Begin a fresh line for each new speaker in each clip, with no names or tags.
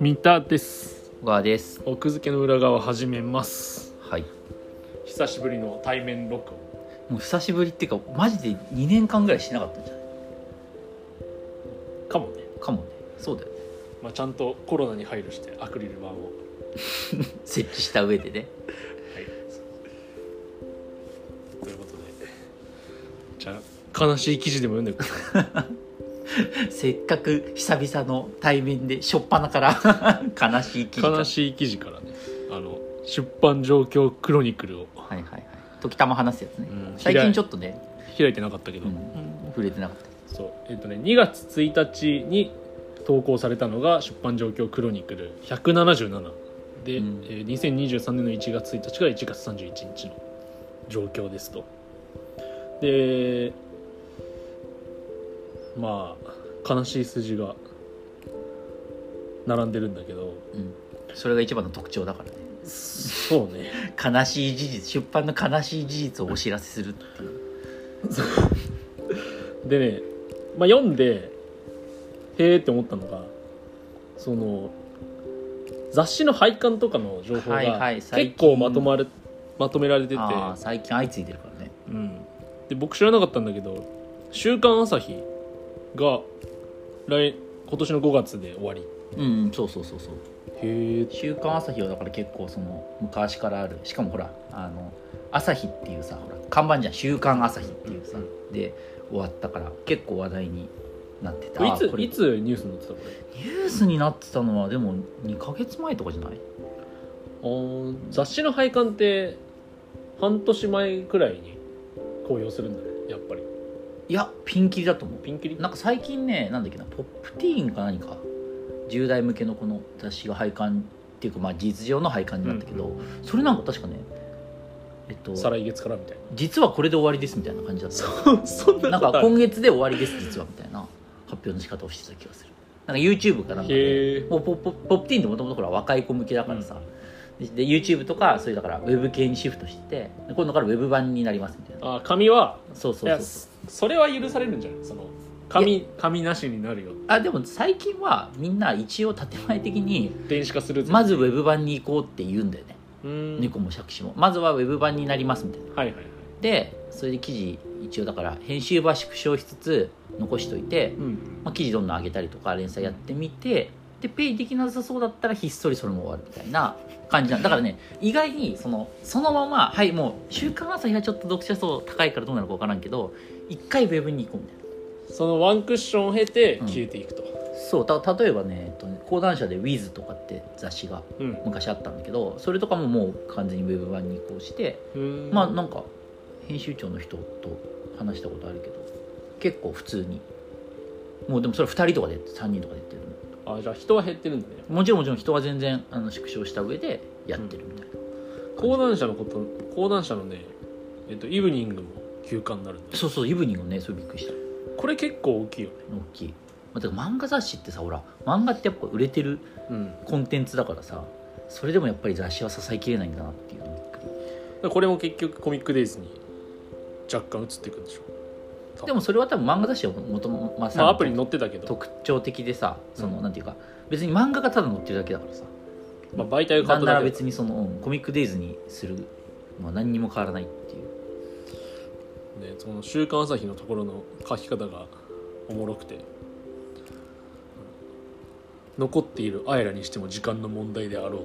三田です
小川です
奥付けの裏側始めます
はい
久しぶりの対面録音
もう久しぶりっていうかマジで2年間ぐらいしてなかったんじゃない
かもね、
かもねそうだよね
まあ、ちゃんとコロナに配慮してアクリル板を
設置した上でね
ということでじゃあ悲しい記事でも読んでくる
せっかく久々の対面で初っ端から 悲しい記事
悲しい記事からねあの出版状況クロニクルを
はいはいはい時たま話すやつね、
うん
最近ちょっとね、
開いてなかったけど、
うん触れてなかった
そうえっとね2月1日に投稿されたのが出版状況クロニクル177で、
うん
えー2023年の1月1日から1月31日の状況ですとでまあ悲しい数字が並んでるんだけ ど
うんそれが一番の特徴だからね
そうね
悲しい事実出版の悲しい事実をお知らせするっていう
でね、まあ、読んでへえって思ったのがその雑誌の配管とかの情報
はいは
が
い
結
最
構
近
まとまれ、まとめられてて、
ああ最近相次いでるからね
うん、で僕知らなかったんだけど「週刊朝日」が来今年の5月で終わり
うんうんそうそうそうそう
へえ
週刊朝日はだから結構その昔からあるしかもほらあの朝日っていうさほら看板じゃん週刊朝日っていうさ、で終わったから結構話題になってたあ
いつ
これ
いつニュースになってたこれ
ニュースになってたのはでも2か月前とかじゃない
あー雑誌の配管って半年前くらいに公表するんだねやっぱり
いやピンキリだと思
ピンキリ
うなんか最近ねなんだっけなポップティーンか何か10代向けのこの雑誌が廃刊っていうかまあ事実上の廃刊になったけど、それなんか確かねえっと
再来月からみたいな
実はこれで終わりですみたいな感じだった
そそん
なん
こ
か
とある
今月で終わりです実はみたいな発表の仕方をしてた気がするなんか YouTube かなんかで
へえ
もうポップポップティーンってもともとほら若い子向けだからさ、で YouTube とかそういうだからウェブ系にシフトしてで今度からウェブ版になりますみたいな
あ紙は
そう
い
そうそ
や
うそう
そそれは許されるんじゃないその紙紙なしになるよ
あでも最近はみんな一応建前的に
電子化するぜ
まずウェブ版に行こうって言うんだよね
うーん
猫も杓子もまずはウェブ版になりますみたいな
はいはいはい
でそれで記事一応だから編集は縮小しつつ残しといて
うん
まあ、記事どんどん上げたりとか連載やってみてでペイできなさそうだったらひっそりそれも終わるみたいな感じなんだからね意外にそのそのままはいもう「週刊朝日」はちょっと読者層高いからどうなるか分からんけど一回ウェブに行こうみたい
そのワンクッションを経て
うん
消えていくと
なそうた例えばね、えっとね、講談社で「Wiz」とかって雑誌が
うん
昔あったんだけどそれとかももう完全にウェブ版に移行して
うーん
まあなんか編集長の人と話したことあるけど結構普通にもうでもそれ2人とかで3人とかでやってるの
あじゃあ人は減ってるんだね
もちろんもちろん人は全然あの縮小した上でやってるみたいな、
講談社のこと講談社のねえっとイブニングも休刊になるんだよ
そうそうイブニングねそれびっくりした
これ結構大きいよね
大きい、まあ、てか漫画雑誌ってさほら漫画ってやっぱ売れてる
うん
コンテンツだからさそれでもやっぱり雑誌は支えきれないんだなっていうのびっくり
だからこれも結局コミックデイズに若干移っていくんでしょ
でもそれは多分漫画雑誌はもともと、まあさ
まあアプリに載ってたけど、
特徴的でさその、
うん
なんていうか別に漫画がただ載ってるだけだからさ
まあ、媒体が変
な
わった
んな
だ
ら
けだ
別にその、うんコミックデイズにするのは何にも変わらないってい
ね、
う
その「週刊朝日」のところの書き方がおもろくて「残っているアイラにしても時間の問題であろう」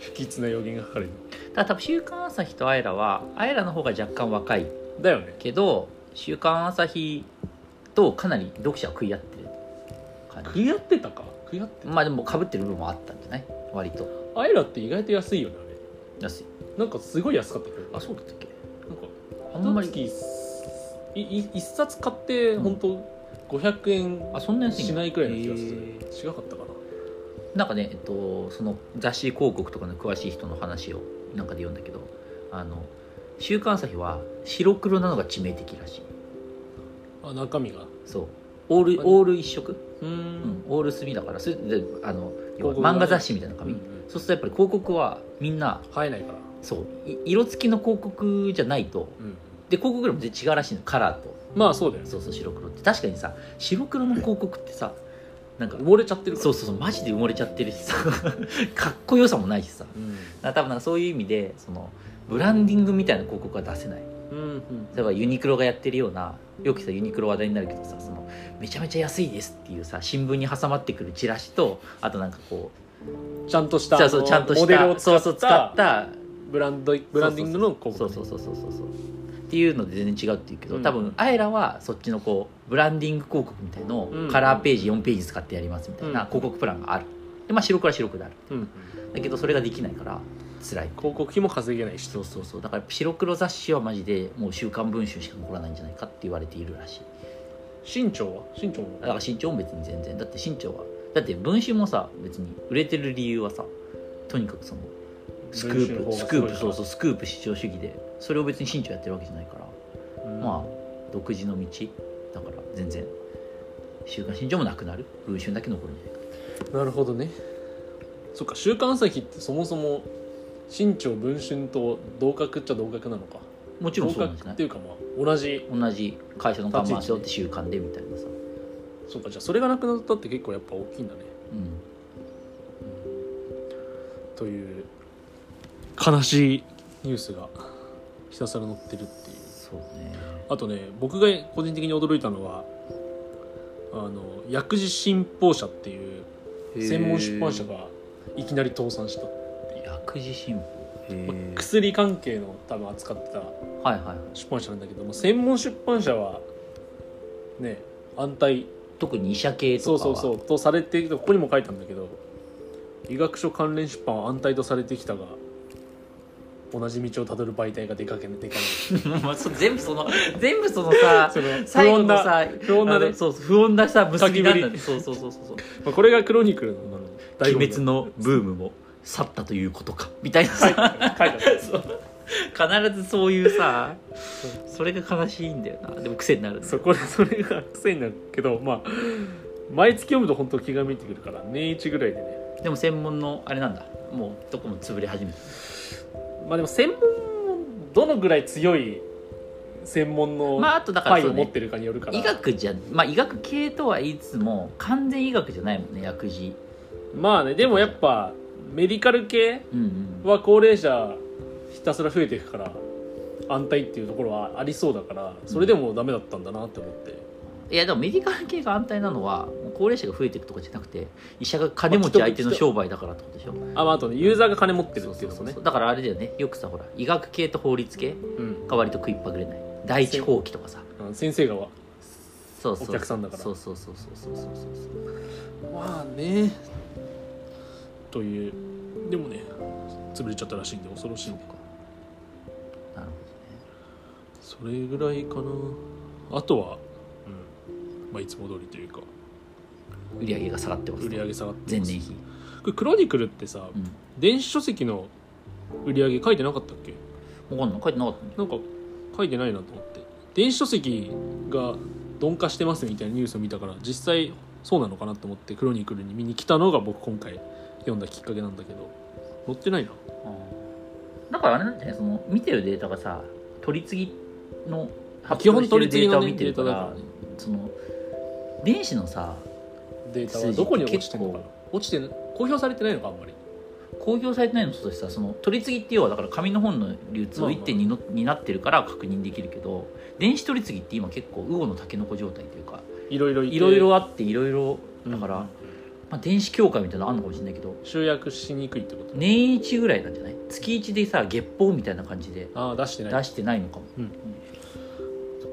不吉な予言が書かれる
ただ多分「週刊朝日」と「アイラ」はアイラの方が若干若い
だよね
けど「週刊朝日」とかなり読者は食い合ってる感
食
じ
い合ってたか食い合って
まあでもかぶってる部分もあったんじゃない割と
たアイラって意外と安いよね
安い
あれなんかすごい安かったけど
そうだったっけ
なんか
あんまり
一月いい一冊買って本当500円
あそんな安いんだ
しないくらいの気がす
へー
る違かったかな
なんかねえっとその雑誌広告とかの詳しい人の話をなんかで読んだけどあの「週刊朝日」は白黒なのが致命的らしい
あ中身が
そうオールオール一色、
うー
うんん、オール墨だからそれであの要は
広告がね
漫画雑誌みたいな紙、
うんうん
そうするとやっぱり広告はみんな
生えないから
そうい色付きの広告じゃないと
うん
で広告でも全然違うらしいのカラーと
まあそうだよね
そうそう白黒って確かにさ白黒の広告ってさなんか
埋もれちゃってるから
そうそうそうマジで埋もれちゃってるしさ かっこよさもないしさだか
うん
ら多分なんかそういう意味でそのブランディングみたいな広告は出せない
うん
例えばユニクロがやってるようなよくさユニクロ話題になるけどさそのめちゃめちゃ安いですっていうさ新聞に挟まってくるチラシとあとなんかこう
うんちゃんとした
そうそうちゃんとした
モデルを使
そう
っ
そう使
た
った
ブランドブランディングの広告
そうそうそうそうそうそうっていうので全然違うっていうけど、
うん
多分あえらはそっちのこうブランディング広告みたいのを
うん
カラーページ4ページ使ってやりますみたいな
うん
広告プランがあるでまあ白黒は白黒である
うん
だけどそれができないから辛い
広告費も稼げないし
そうそうそうだから白黒雑誌はマジでもう「週刊文春」しか残らないんじゃないかって言われているらしい
身長は身長も
だから身長も別に全然だって身長はだって文春もさ別に売れてる理由はさとにかくそのスクープスクープそうそううスクープ主張主義でそれを別に身長やってるわけじゃないからまあ独自の道だから全然週刊新潮もなくなる文春だけ残るんじゃないか
なるほどねそっか「週刊朝日」ってそもそも新潮文春と同格っちゃ同格なのか
もちろ
同
んそうなんじゃ
格
な
って
い
いうかまあ同じ
同じ会社の看板しようって週刊でみたいなさ、
そうかじゃあそれがなくなったって結構やっぱ大きいんだね
うん、
という悲しいニュースがひたすら載ってるっていう
そうね
あとね僕が個人的に驚いたのはあの薬事新報社っていう専門出版社がいきなり倒産した、
薬事新聞
まあ薬関係の多分扱ってた
はいはいはい
出版社なんだけども専門出版社はね安泰
特に医者系
そ
と
う
か
そ
は
うそうとされてここにも書いたんだけど医学書関連出版は安泰とされてきたが同じ道をたどる媒体が出かけ出か ない
まあそう全部その全部そのさ
その
最後
不穏
の
な
さ
不穏な
あ
ね
のそうそう不穏なさ結びなんだ
焚き
ねそうそうそうそうそう
まあこれがクロニクルのあの醍醐
鬼
味
滅のブームも去ったということかみたいな
書い
さ
てある書いてある
そう必ずそういうさそれが悲しいんだよなでも癖になるんだよ
そこでそれが癖になるけどまあ毎月読むと本当気が向いてくるから年一ぐらいでね
でも専門のあれなんだもうどこも潰れ始めた
まあでも専門どのぐらい強い専門の
まああとだから
パイ
そう
を持っ
ね
てるかによるから、
医学じゃまあ医学系とは言いつつも完全医学じゃないもんね薬事
まあねでもやっぱメディカル系
うんうん
は高齢者ひたすら増えていくから安泰っていうところはありそうだからそれでもダメだったんだなって思って、
いやでもメディカル系が安泰なのは高齢者が増えていくとかじゃなくて医者が金持ち相手の商売だからってことでしょ
あまああとねユーザーが金持ってる
そう
ってい
そう
のも
うそう
ね
そうだからあれだよねよくさほら医学系と法律系
うん
が割と食いっぱぐれない第一法規とかさ
あの先生がわ
そうそう
お客さんだから
そうそうそうそうそうそうそう
まあねというでもね潰れちゃったらしいんで恐ろしいね
なるほどね
それぐらいかなあとは、うんまあ、いつも通りというか
売り上げが下がってます
売り上げ下がって
前
ます
年比、
これクロニクルってさ
うん、
電子書籍の売り上げ書いてなかったっけ
分かんない書いてなかったね
なんか書いてないなと思って電子書籍が鈍化してますみたいなニュースを見たから実際そうなのかなと思ってクロニクルに見に来たのが僕今回読んだきっかけなんだけど載ってないな
だからあれなんじゃないその見てるデータがさ取り次ぎの
基本取り
デ
次ぎ
ータ
の
を
ね
見てるか
データだ
ら
からね
その電子のさ
データはどこに落ちてるのかな落ちてん公表されてないのかあんまり
公表されてないのとしてさその取り次ぎって要はだから紙の本の流通
まあ
を
まあ
1.2のになってるから確認できるけど電子取り次ぎって今結構魚のタケノコ状態というか
いろいろて
いろいろあっていろいろだから、
うん
まあ、電子協会みたいなのあるのかもしれないけど
集約しにくいってこと
年一ぐらいなんじゃない月一でさ月報みたいな感じで
ああ出してない
出してないのかも、
うん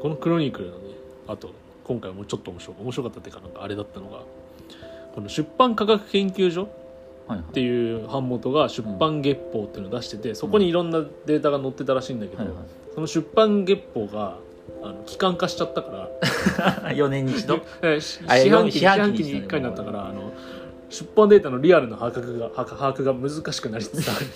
このクロニクルのねあと今回もちょっと面白面白かったっていうかなんかあれだったのがこの出版科学研究所
はいはい
っていう版元が出版月報っていうのを出しててそこにいろんなデータが載ってたらしいんだけど、
はいはい
その出版月報があの機関化しちゃったから
4年に一 度
えーし
あれ
四半期に
四
四
半
半期
期に
に1回になったからあの出版データのリアルな把握が把把握が難しくなりつつある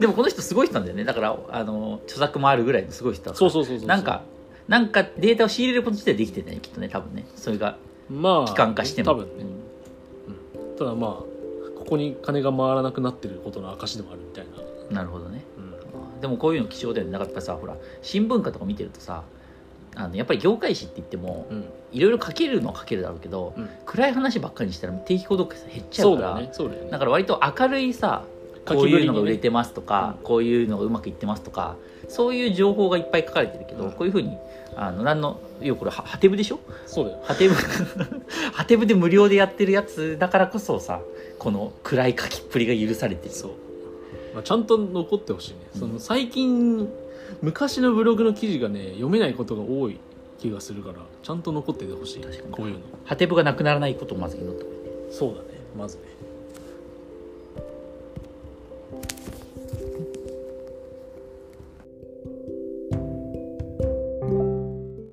でもこの人すごい人なんだよねだからあの著作もあるぐらいのすごい人だか ら
そうそうそうそう
なんかなんかデータを仕入れること自体できてないきっとね多分ねそれが
まあ
機関化しても
多分ねただまあここに金が回らなくなってることの証でもあるみたいな、
うんなるほどね
うん
まあでもこういうの貴重だよねだからやっぱさほら新聞化とか見てるとさあのやっぱり業界誌って言っても
うん、
いろいろ書けるのは書けるだろうけど、
うん
暗い話ばっかりにしたら定期購読者減っちゃ
そうう
か
だよ
ら
ねそうだよね
だから割と明るいさこういうのが売れてますとか、こういうのがうまくいってますとかそういう情報がいっぱい書かれてるけど、
うん
こういうふうにあの何のよこれはハテブでしょ
そうだよ
ハテ ブハテブで無料でやってるやつだからこそさこの暗い書きっぷりが許されてる
そう、まあ、ちゃんと残ってほしいね、
うん
その最近昔のブログの記事がね読めないことが多い気がするからちゃんと残っててほしい
確かに
こういうの
ハテブがなくならないことをまず祈って
そうだねまずね